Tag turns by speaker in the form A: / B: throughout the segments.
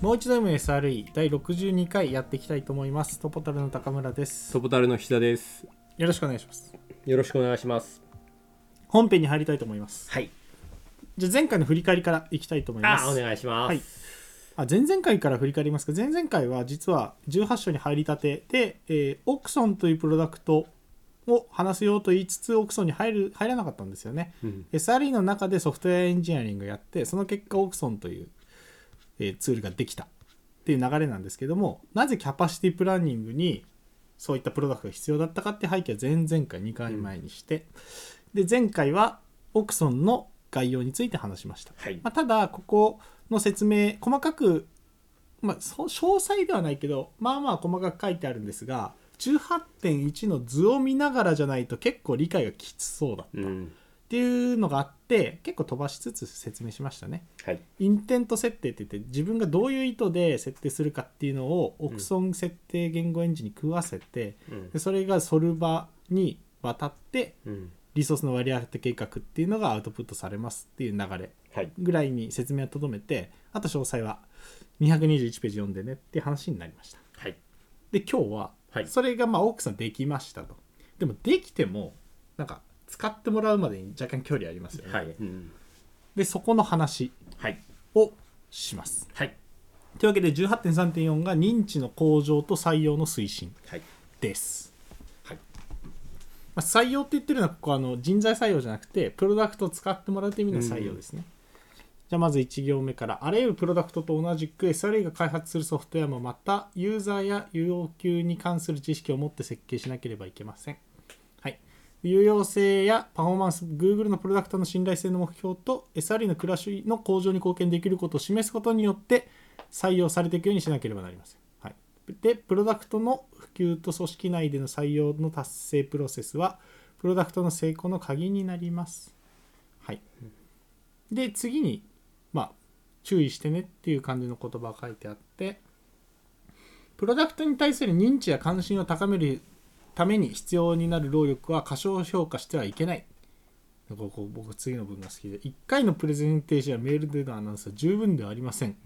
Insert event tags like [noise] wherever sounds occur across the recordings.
A: もう一度 MSRE 第62回やっていきたいと思いますトポタルの高村です
B: トポタルの菱田です。
A: よろしくお願いします
B: よろしくお願いします。
A: 本編に入りたいと思います
B: はい。
A: じゃあ前回の振り返りからいきたいと思います
B: あ、お願いします。
A: はいあ前々回から振り返りますか前々回は実は18章に入りたてで、えーオークソンというプロダクトを話すよと言いつつオークソンに入る入らなかったんですよね、
B: うん
A: SRE の中でソフトウェアエンジニアリングやってその結果オークソンという、えーツールができたっていう流れなんですけどもなぜキャパシティプランニングにそういったプロダクトが必要だったかって背景は前々回2回前にして、で前回はオークソンの概要について話しました
B: はい
A: まあ、ただここの説明細かく、まあ、そ詳細ではないけどまあまあ細かく書いてあるんですが18.1の図を見ながらじゃないと結構理解がきつそうだっ
B: うん。
A: ていうのがあって結構飛ばしつつ説明しましたね。
B: はい。
A: インテント設定って言って自分がどういう意図で設定するかっていうのをオクソン設定言語エンジンに食わせて、
B: うん
A: でそれがソルバに渡って
B: うん。
A: リソースの割り当て計画っていうのがアウトプットされますっていう流れ
B: はい。
A: ぐらいに説明はとどめてあと詳細は221ページ読んでねっていう話になりました
B: はい。
A: で今日は
B: はい
A: それがまあ奥さんできましたと、でもできてもなんか使ってもらうまでに若干距離ありますよね、
B: はい。うん。
A: でそこの話
B: はい。
A: をします
B: はい。
A: というわけで18.3.4が認知の向上と採用の推進
B: はい。
A: です、
B: はい
A: まあ、採用って言ってるのはここはあの人材採用じゃなくてプロダクトを使ってもらうという意味の採用ですね、じゃあまず1行目からあらゆるプロダクトと同じく SRE が開発するソフトウェアもまたユーザーや要求に関する知識を持って設計しなければいけませんはい有用性やパフォーマンス Google のプロダクトの信頼性の目標と SRE の暮らしの向上に貢献できることを示すことによって採用されていくようにしなければなりません、はい、でプロダクトの普及と組織内での採用の達成プロセスはプロダクトの成功の鍵になります、はい、で次にまあ注意してねっていう感じの言葉が書いてあってプロダクトに対する認知や関心を高めるために必要になる労力は過小評価してはいけないここ僕次の文が好きで1回のプレゼンテーションやメールでのアナウンスは十分ではありません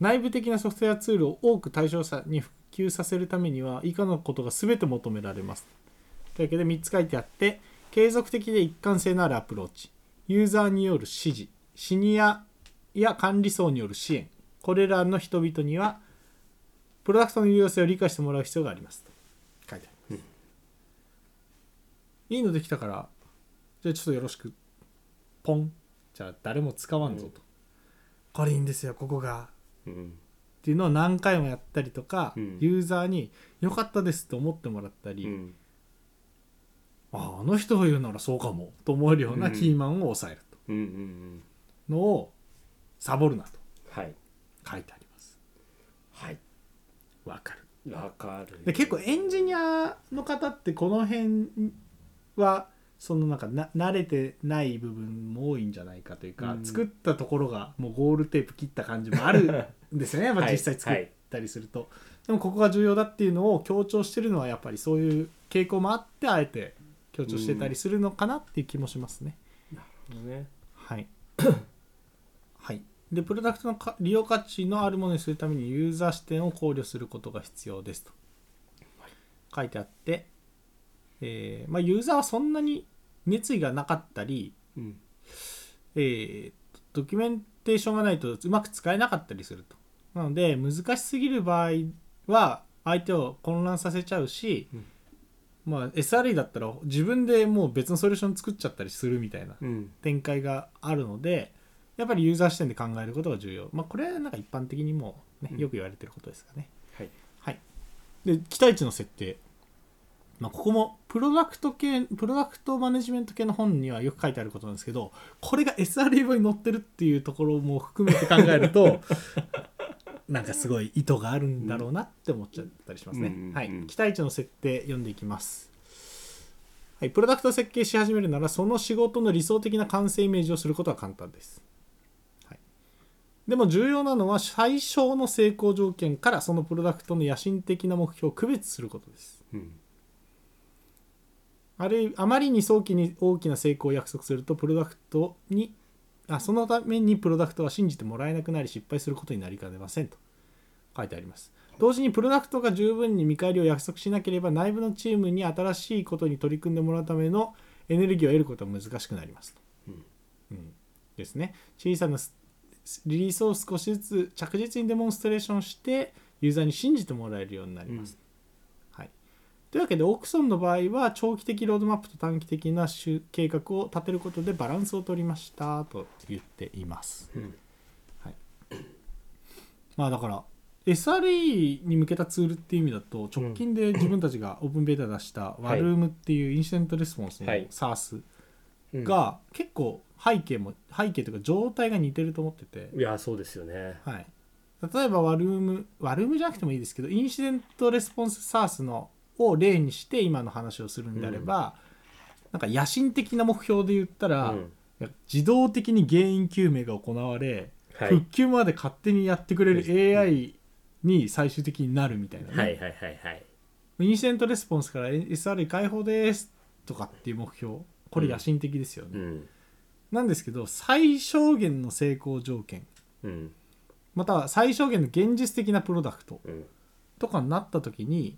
A: 内部的なソフトウェアツールを多く対象者に普及させるためには以下のことが全て求められますというわけで3つ書いてあって継続的で一貫性のあるアプローチユーザーによる支持シニアや管理層による支援これらの人々にはプロダクトの有用性を理解してもらう必要がありますと書いてあります、いいのできたからじゃあちょっとよろしくポンじゃあ誰も使わんぞと、
B: うん
A: これいいんですよここが
B: うん。
A: っていうのを何回もやったりとか、
B: うん
A: ユーザーに「良かったです」と思ってもらったり、
B: うん。
A: あああの人が言うならそうかもと思えるような
B: うん
A: キーマンを抑えると
B: うん。うん。
A: のをサボるなと
B: はい。
A: 書いてあります
B: はい。
A: わかる
B: わかる。
A: で結構エンジニアの方ってこの辺はそのなんかな慣れてない部分も多いんじゃないかというか、
B: うん
A: 作ったところがもうゴールテープ切った感じもあるんですよね、まあ、
B: はい
A: 実際作ったりすると、でもここが重要だっていうのを強調してるのはやっぱりそういう傾向もあってあえて強調してたりするのかなっていう気もしますね。
B: ね。
A: はい、 [coughs] はい、でプロダクトのか利用価値のあるものにするためにユーザー視点を考慮することが必要ですと書いてあって、えーまあ、ユーザーはそんなに熱意がなかったり、
B: うん。
A: えードキュメンテーションがないとうまく使えなかったりするとなので難しすぎる場合は相手を混乱させちゃうし、
B: うん
A: まあ、SRE だったら自分でもう別のソリューション作っちゃったりするみたいな
B: うん。
A: 展開があるのでやっぱりユーザー視点で考えることが重要、まあ、これはなんか一般的にも、ね
B: う、ん
A: よく言われてることですかね、
B: はい。
A: はいで期待値の設定、まあ、ここもプロダクト系プロダクトマネジメント系の本にはよく書いてあることなんですけどこれが SRE に載ってるっていうところも含めて考えると [laughs] なんかすごい意図があるんだろうなって思っちゃったりしますね、
B: うんうんうん
A: はい、期待値の設定読んでいきますはい、プロダクトを設計し始めるならその仕事の理想的な完成イメージをすることは簡単です、はい、でも重要なのは最小の成功条件からそのプロダクトの野心的な目標を区別することです
B: うん。
A: あるいあまりに早期に大きな成功を約束するとプロダクトにあそのためにプロダクトは信じてもらえなくなり失敗することになりかねませんと書いてあります同時にプロダクトが十分に見返りを約束しなければ内部のチームに新しいことに取り組んでもらうためのエネルギーを得ることは難しくなりますと、
B: うん
A: うんですね小さなスリリースを少しずつ着実にデモンストレーションしてユーザーに信じてもらえるようになります、はい、というわけでオークションの場合は長期的ロードマップと短期的な集計画を立てることでバランスを取りましたと言っています、
B: うん
A: はい、まあだから SRE に向けたツールっていう意味だと直近で自分たちがオープンベータ出した
B: はい
A: WARM っていうインシデントレスポンスの
B: はい
A: SARS
B: うん
A: が結構背景も背景というか状態が似てると思ってて、
B: いやそうですよね
A: はい、例えばワルームワルームじゃなくてもいいですけどインシデントレスポンスサースのを例にして今の話をするんであれば、なんか野心的な目標で言ったら、
B: うん
A: 自動的に原因究明が行われ、
B: はい
A: 復旧まで勝手にやってくれ
B: う
A: る AI に最終的になるみたいなね、
B: はいはいはいはい
A: インシデントレスポンスから SR 解放ですとかっていう目標これ野心的ですよね、
B: うん
A: なんですけど最小限の成功条件
B: うん
A: または最小限の現実的なプロダクト
B: うん
A: とかになった時に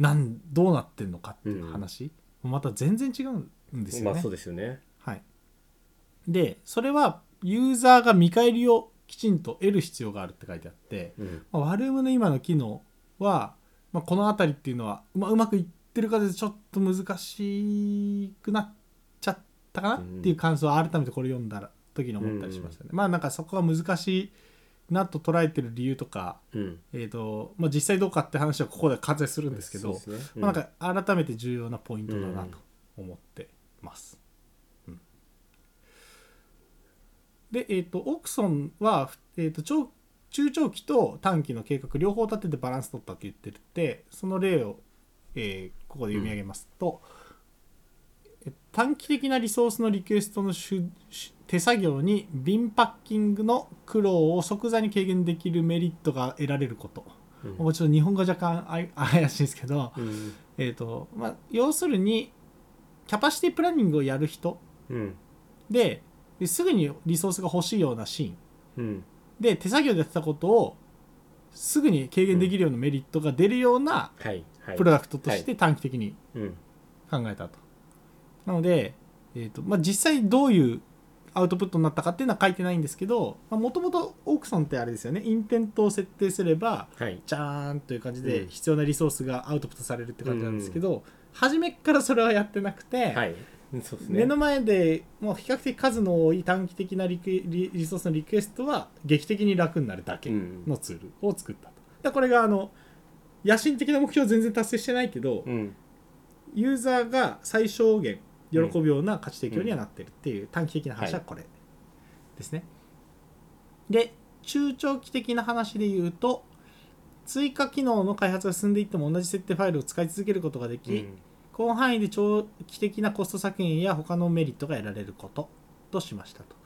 A: なんどうなってんのかっていう話、また全然違うんですよね。
B: まあそうですよね
A: はい、でそれはユーザーが見返りをきちんと得る必要があるって書いてあって、
B: うん
A: まあ、ワルームの今の機能は、まあ、この辺りっていうのはうまうまくいってるかでちょっと難しくなっちゃったかなっていう感想を改めてこれ読んだ時に思ったりしましたね。まあなんかそこは難しいなと捉えてる理由とか
B: うん
A: えーとまあ、実際どうかって話はここで完成するんですけど
B: そうですね
A: まあ、なんか改めて重要なポイントだなと思ってます。うんで、えー、とオークソンは、えー、と長中長期と短期の計画両方立ててバランス取ったと言ってるってその例を、えーここで読み上げますと、え短期的なリソースのリクエストの手手作業に瓶パッキングの苦労を即座に軽減できるメリットが得られること、
B: うん
A: もうちょっと日本語若干あい怪しいですけど、
B: うん
A: えーとまあ、要するにキャパシティプランニングをやる人
B: うん
A: でですぐにリソースが欲しいようなシーン
B: うん
A: で手作業でやってたことをすぐに軽減できるようなメリットが出るような
B: はいはい
A: プロダクトとして短期的に
B: うん
A: 考えたと。なので、えーとまあ、実際どういうアウトプットになったかっていうのは書いてないんですけどもともとオークソンってあれですよねインテントを設定すれば
B: はい
A: じゃーんという感じ
B: う
A: で
B: ん
A: 必要なリソースがアウトプットされるって感じなんですけど、初めっからそれはやってなくて、
B: はいそうですね
A: 目の前でもう比較的数の多い短期的なリクエリリソースのリクエストは劇的に楽になるだけ
B: うん
A: のツールを作ったと。だからこれがあの野心的な目標は全然達成してないけど、
B: うん
A: ユーザーが最小限喜ぶような価値提供にはなってるっていう短期的な話はこれですね。で中長期的な話で言うと追加機能の開発が進んでいっても同じ設定ファイルを使い続けることができ、
B: うん
A: 広範囲で長期的なコスト削減や他のメリットが得られることとしましたと。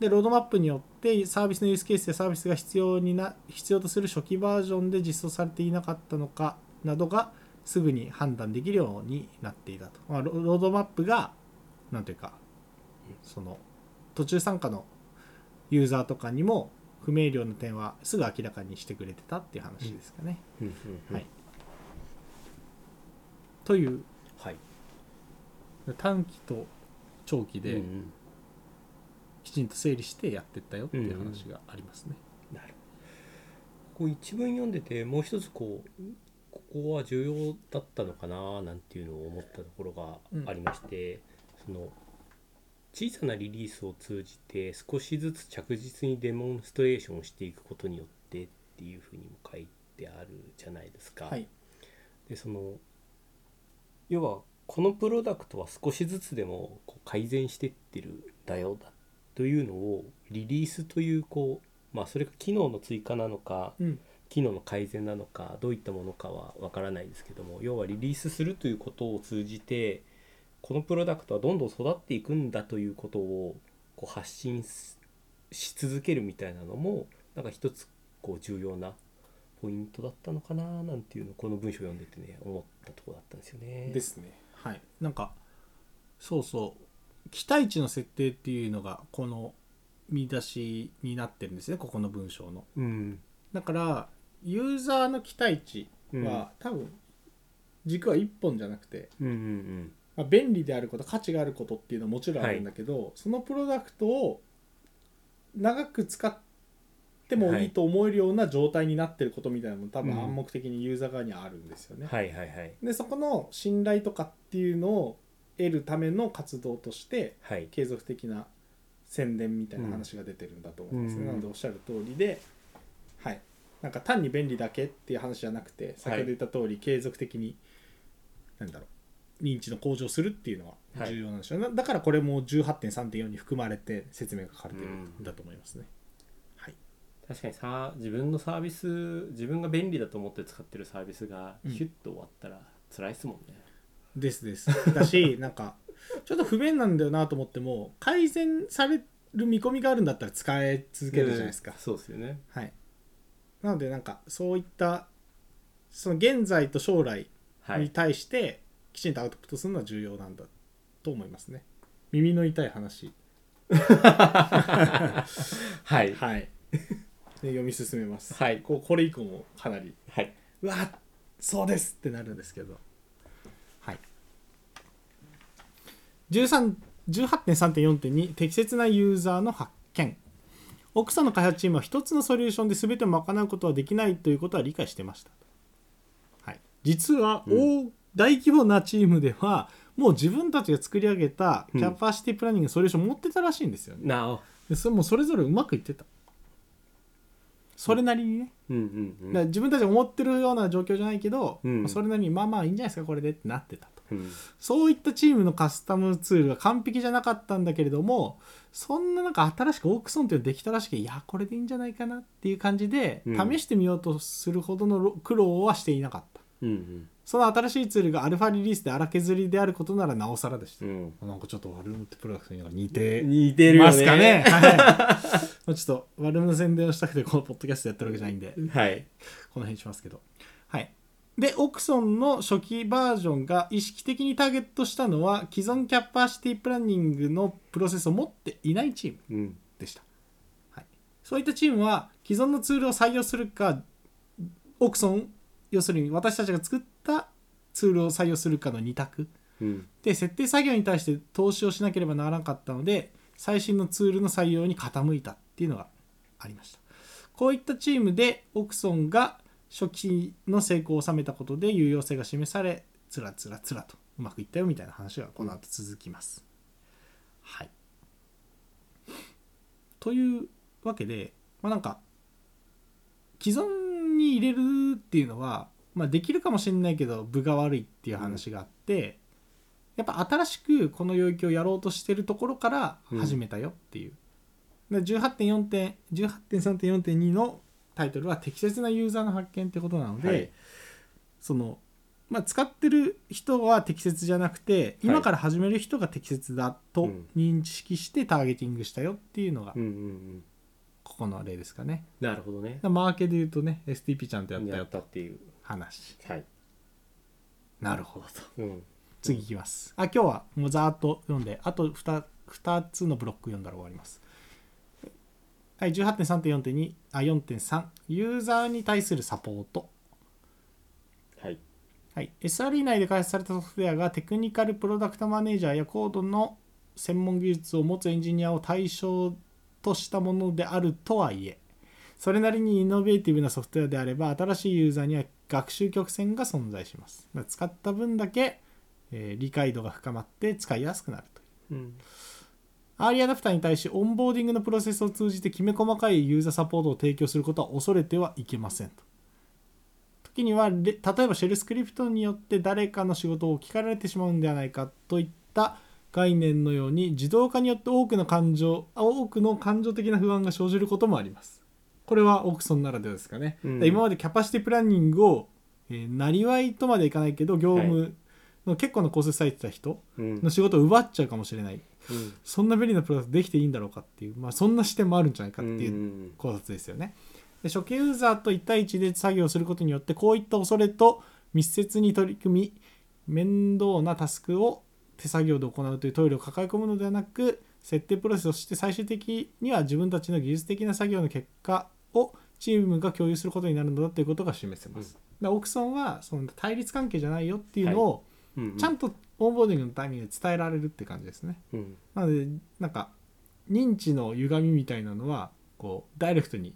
A: でロードマップによってサービスのユースケースやサービスが必要にな必要とする初期バージョンで実装されていなかったのかなどがすぐに判断できるようになっていたと、まあ、ロロードマップが何というかその途中参加のユーザーとかにも不明瞭な点はすぐ明らかにしてくれてたっていう話ですかね。
B: うんうん
A: はいという
B: はい
A: 短期と長期
B: う
A: で
B: ん
A: きちんと整理してやってったよっていう話がありますね。
B: なるこう一文読んでてもう一つこうここは重要だったのかななんていうのを思ったところがありまして、その小さなリリースを通じて少しずつ着実にデモンストレーションをしていくことによってっていうふうにも書いてあるじゃないですか。
A: はい、
B: でその要はこのプロダクトは少しずつでもこう改善してってるんだよだというのをリリースというこうまあそれが機能の追加なのか
A: うん
B: 機能の改善なのかどういったものかはわからないですけども要はリリースするということを通じてこのプロダクトはどんどん育っていくんだということをこう発信すし続けるみたいなのもなんか一つこう重要なポイントだったのかななんていうのをこの文章を読んでてね思ったところだったんですよね。
A: ですね。はい、なんかそうそう期待値の設定っていうのがこの見出しになってるんですねここの文章の
B: うん
A: だからユーザーの期待値は、多分軸は1本じゃなくて、
B: うんうん
A: まあ、便利であること価値があることっていうのはもちろんあるんだけど、そのプロダクトを長く使ってもいいと思えるような状態になってることみたいなのも多分
B: うん
A: 暗黙的にユーザー側にはあるんですよ
B: う
A: ね
B: ん。はいはいはい
A: でそこの信頼とかっていうのを得るための活動として
B: はい
A: 継続的な宣伝みたいな話が出てるんだと思いますね、
B: うん
A: なのでおっしゃる通りではいなんか単に便利だけっていう話じゃなくて先ほど言った通り継続的に、なんだろう認知の向上するっていうのは重要なんでしょう、ねだからこれも18.3.4に含まれて説明が書かれてるんだと思いますね、はい
B: 確かにさ自分のサービス自分が便利だと思って使ってるサービスが
A: うん
B: ヒュッと終わったら辛いですもんね、
A: ですですだ
B: [laughs]
A: しなんかちょっと不便なんだよなと思っても改善される見込みがあるんだったら使え続けるじゃないですか
B: うん、そうですよね
A: はいなのでなんかそういったその現在と将来
B: は
A: に
B: い
A: 対してきちんとアウトプットするのは重要なんだと思いますね耳の痛い話
B: はい
A: はい [laughs] で読み進めます
B: はい
A: こうこれ以降もかなり
B: はい、
A: うわそうですってなるんですけどはい13 18.3.4.2適切なユーザーの発見奥さんの開発チームは一つのソリューションで全てを賄うことはできないということは理解してました、はい、実は大,、大規模なチームではもう自分たちが作り上げたキャパシティプランニングのソリューション持ってたらしいんですよね、
B: なお
A: でそれもうそれぞれうまくいってたそれなりにね
B: うんうん
A: だから自分たちが思ってるような状況じゃないけど、
B: うん
A: まあそれなりにまあまあいいんじゃないですかこれでってなってたと
B: うん
A: そういったチームのカスタムツールは完璧じゃなかったんだけれどもそんな中新しくオークソンっていうのができたらしくていやこれでいいんじゃないかなっていう感じで
B: うん
A: 試してみようとするほどのろ苦労はしていなかった
B: うん
A: その新しいツールがアルファリリースで荒削りであることならなおさらでした
B: う、ん
A: なんかちょっとワルムってプロダクトに似て
B: 似てるよね
A: ますかねはいもうちょっとワルムの宣伝をしたくてこのポッドキャストやってるわけじゃないんで
B: はい
A: この辺にしますけど。はい。で、オクソンの初期バージョンが意識的にターゲットしたのは、既存キャパシティプランニングのプロセスを持っていないチーム
B: うん
A: でした。はい。そういったチームは、既存のツールを採用するか、オクソン、要するに私たちが作ったツールを採用するかの2択
B: うん
A: で、設定作業に対して投資をしなければならなかったので、最新のツールの採用に傾いたっていうのがありました。こういったチームで、オクソンが初期の成功を収めたことで有用性が示され、つらつらつらとうまくいったよみたいな話がこの後続きます。はい。というわけで、まあなんか、既存に入れるっていうのは、まあ、できるかもしれないけど分が悪いっていう話があって、やっぱ新しくこの領域をやろうとしてるところから始めたよっていう、で18.4点18.3.4.2のタイトルは「適切なユーザーの発見」ってことなので、
B: はい
A: その、まあ、使ってる人は適切じゃなくて今から始める人が適切だ
B: う
A: と
B: ん
A: 認識してターゲティングしたよっていうのが
B: うんうんうん
A: ここの例ですかね。
B: なるほどね
A: だからマーケで言うとね STP ちゃんとやった
B: や
A: よ
B: ったっていう
A: 話
B: はい
A: なるほどと
B: うん
A: 次いきますあ今日はもうざーっと読んであと 2, 2つのブロック読んだら終わりますはい18.3.4.2あ4.3ユーザーに対するサポート
B: はい
A: はい、SRE 内で開発されたソフトウェアがテクニカルプロダクトマネージャーやコードの専門技術を持つエンジニアを対象としたものであるとはいえそれなりにイノベーティブなソフトウェアであれば新しいユーザーには学習曲線が存在しますだから使った分だけ、えー理解度が深まって使いやすくなるという
B: うん
A: アーリーアダプターに対しオンボーディングのプロセスを通じてきめ細かいユーザーサポートを提供することは恐れてはいけませんと。時にはれ例えばシェルスクリプトによって誰かの仕事を置き換えられてしまうんではないかといった概念のように自動化によって多くの感情あ多くの感情的な不安が生じることもあります。これはオークソンならではですかね。
B: うん
A: 今までキャパシティプランニングをえーなりわいとまでいかないけど業務の結構な構成されてた人
B: うん
A: の仕事を奪っちゃうかもしれない
B: うん
A: そんな便利なプロダクトできていいんだろうかっていう、まあ、そんな視点もあるんじゃないか
B: う
A: って
B: んう
A: いうん考察ですよね。で初期ユーザーと1対1で作業することによってこういった恐れと密接に取り組み面倒なタスクを手作業で行うというトイレを抱え込むのではなく設定プロセスをして最終的には自分たちの技術的な作業の結果をチームが共有することになるのだということが示せます。だからオークソンはその対立関係じゃないよっていうのを
B: うんうん
A: ちゃんとオンボーディングのタイミングで伝えられるって感じですね。
B: うん
A: なのでなんか認知の歪みみたいなのはこうダイレクトに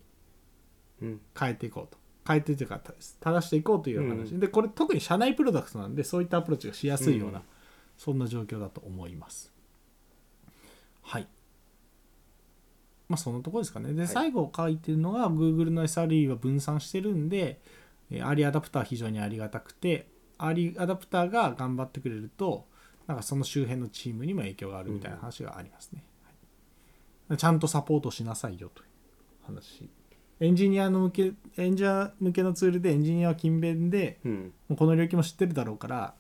B: うん
A: 変えていこうと変えてというかた正していこうという話、
B: うん
A: でこれ特に社内プロダクトなんでそういったアプローチがしやすいような、
B: うん
A: そんな状況だと思いますはいまあそのところですかねで、
B: はい
A: 最後書いてるのが Google の SRE は分散してるんでえーアーリーアダプターは非常にありがたくてアーリーアダプターが頑張ってくれるとなんかその周辺のチームにも影響があるみたいな話がありますね、はいちゃんとサポートしなさいよという話エンジニアの向けエンジニア向けのツールでエンジニアは勤勉で
B: うん
A: もうこの領域も知ってるだろうから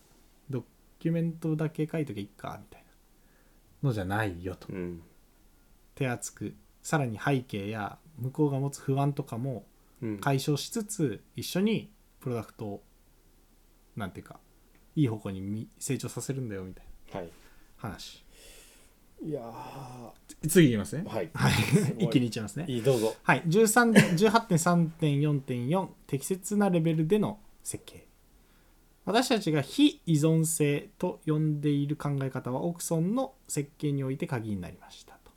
A: ドキュメントだけ書いとけいっかみたいなのじゃないよと
B: うん
A: 手厚くさらに背景や向こうが持つ不安とかも
B: うん
A: 解消しつつ一緒にプロダクトをなんていうかいい方向にみ成長させるんだよみたいな
B: はい
A: 話
B: いや
A: つ次いきますね
B: ーはい
A: はい
B: すごい
A: 一気にいっちゃいますね
B: いいどうぞ
A: はい13 18.3.4.4適切なレベルでの設計私たちが非依存性と呼んでいる考え方はオークソンの設計において鍵になりましたと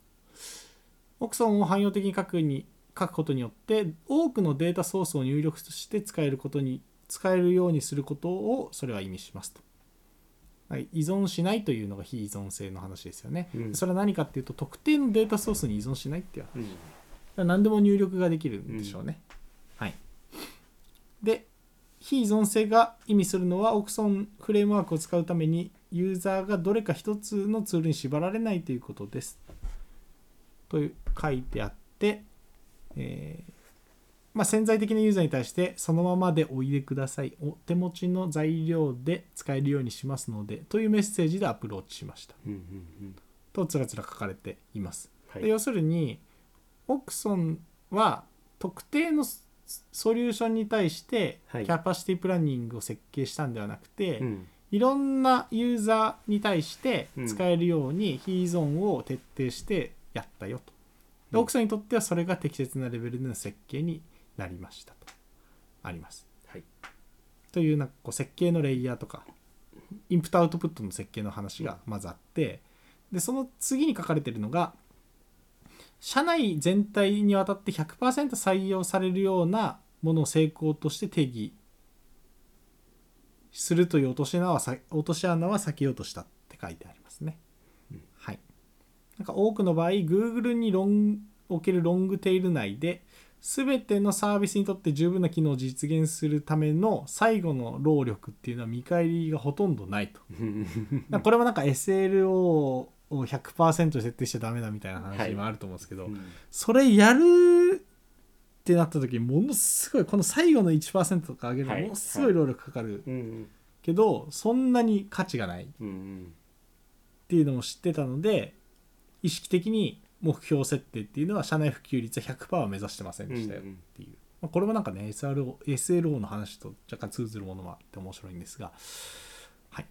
A: オークソンを汎用的に書くに書くことによって多くのデータソースを入力として使えることに使えるようにすることをそれは意味しますと、はい、依存しないというのが非依存性の話ですよね、
B: うん
A: それは何かっていうと特定のデータソースに依存しないっていう話
B: うん
A: だから何でも入力ができるんでしょうね、はいで非依存性が意味するのはオークソンフレームワークを使うためにユーザーがどれか一つのツールに縛られないということですという書いてあって、えーまあ、潜在的なユーザーに対してそのままでおいでくださいお手持ちの材料で使えるようにしますのでというメッセージでアプローチしました
B: うんうん
A: とつらつら書かれています
B: うん
A: で要するにオクソンは特定のソソリューションに対してキ
B: はい
A: ャパシティプランニングを設計したんではなくて、
B: う
A: い、
B: ん
A: ろんなユーザーに対して
B: うん
A: 使えるように非依存を徹底してやったよと。で
B: うん
A: オクソンにとってはそれが適切なレベルでの設計になりましたとあります。
B: はい
A: というなんかこう設計のレイヤーとかインプットアウトプットの設計の話がまずあってでその次に書かれてるのが社内全体にわたって100%採用されるようなものを成功として定義するという落とし穴はさ落とし穴は避けようとしたって書いてありますね。
B: うん
A: はい、なんか多くの場合 Google にロンおけるロングテール内で全てのサービスにとって十分な機能を実現するための最後の労力っていうのは見返りがほとんどない
B: [laughs]
A: と。
B: うん
A: だからこれもなんか SLO を100%設定しちゃダメだみたいな
B: は
A: 話
B: い
A: もあると思うんですけど、
B: うん
A: それやるってなった時ものすごいこの最後の1%とか上げるの
B: はい
A: ものすごい労力かかる
B: うん
A: けど、そんなに価値がないっ
B: うん
A: ていうのも知ってたので意識的に目標設定っていうのは社内普及率は100%は目指してませんでしたよ
B: うんうん
A: っていう、まあ、これもなんかね SRO SLO の話と若干通ずるものもあって面白いんですがはい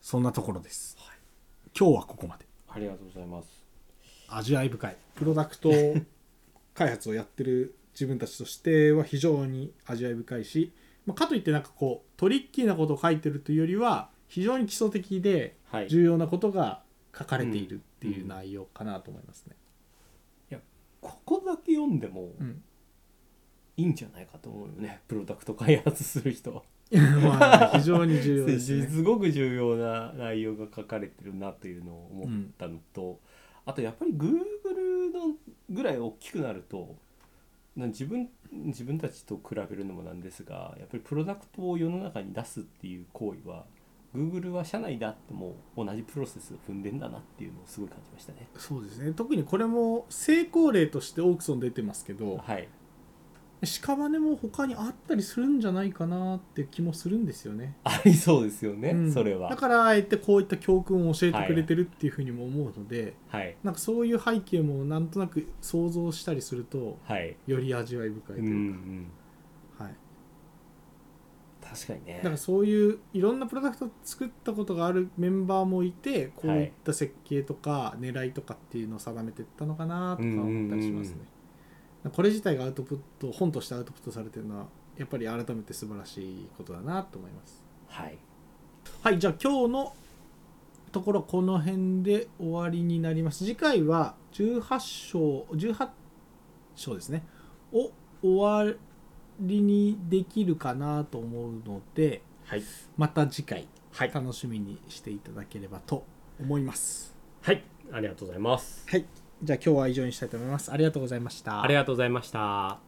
A: そんなところです、今日はここまで
B: ありがとうございます
A: 味わい深いプロダ [laughs] クト開発をやってる自分たちとしては非常に味わい深いし、まあ、かといってなんかこうトリッキーなことを書いてるというよりは非常に基礎的で
B: はい
A: 重要なことが書かれているっていう内容かなと思いますね。
B: ここだけ読んでも
A: うん
B: いいんじゃないかと思うよねプロダクト開発する人は
A: [laughs] まあ非常に重要です
B: す,、
A: [laughs] ね。
B: ごく重要な内容が書かれてるなというのを思ったのと、あとやっぱり Google のぐらい大きくなるとな自分自分たちと比べるのもなんですがやっぱりプロダクトを世の中に出すっていう行為は Google は社内であっても同じプロセスを踏んでんだなっていうのをすごい感じましたね。
A: そうですね特にこれも成功例としてオークソン出てますけど
B: はい、
A: 屍も他にあったりするんじゃないかなって気もするんですよね。
B: ありそうですよね、
A: うん
B: それは
A: だ。からあえてこういった教訓を教えてくれてるっていうふうにも思うので、
B: はい
A: なんかそういう背景もなんとなく想像したりすると
B: はい
A: より味わい深いと
B: う
A: い
B: んう
A: うか、
B: ん
A: はい、
B: 確かにね
A: だからそういういろんなプロダクトを作ったことがあるメンバーもいてこういった設計とか狙いとかっていうのを定めていったのかなとか思ったりしますね。
B: うんうん
A: これ自体がアウトプット本としてアウトプットされてるのはやっぱり改めて素晴らしいことだなと思います。
B: はい
A: はいじゃあ今日のところこの辺で終わりになります。次回は18章18章ですねを終わりにできるかなと思うので。
B: はい
A: また次回
B: はい
A: 楽しみにしていただければと思います
B: はいありがとうございます
A: はいじゃあ今日は以上にしたいと思いますありがとうございました
B: ありがとうございました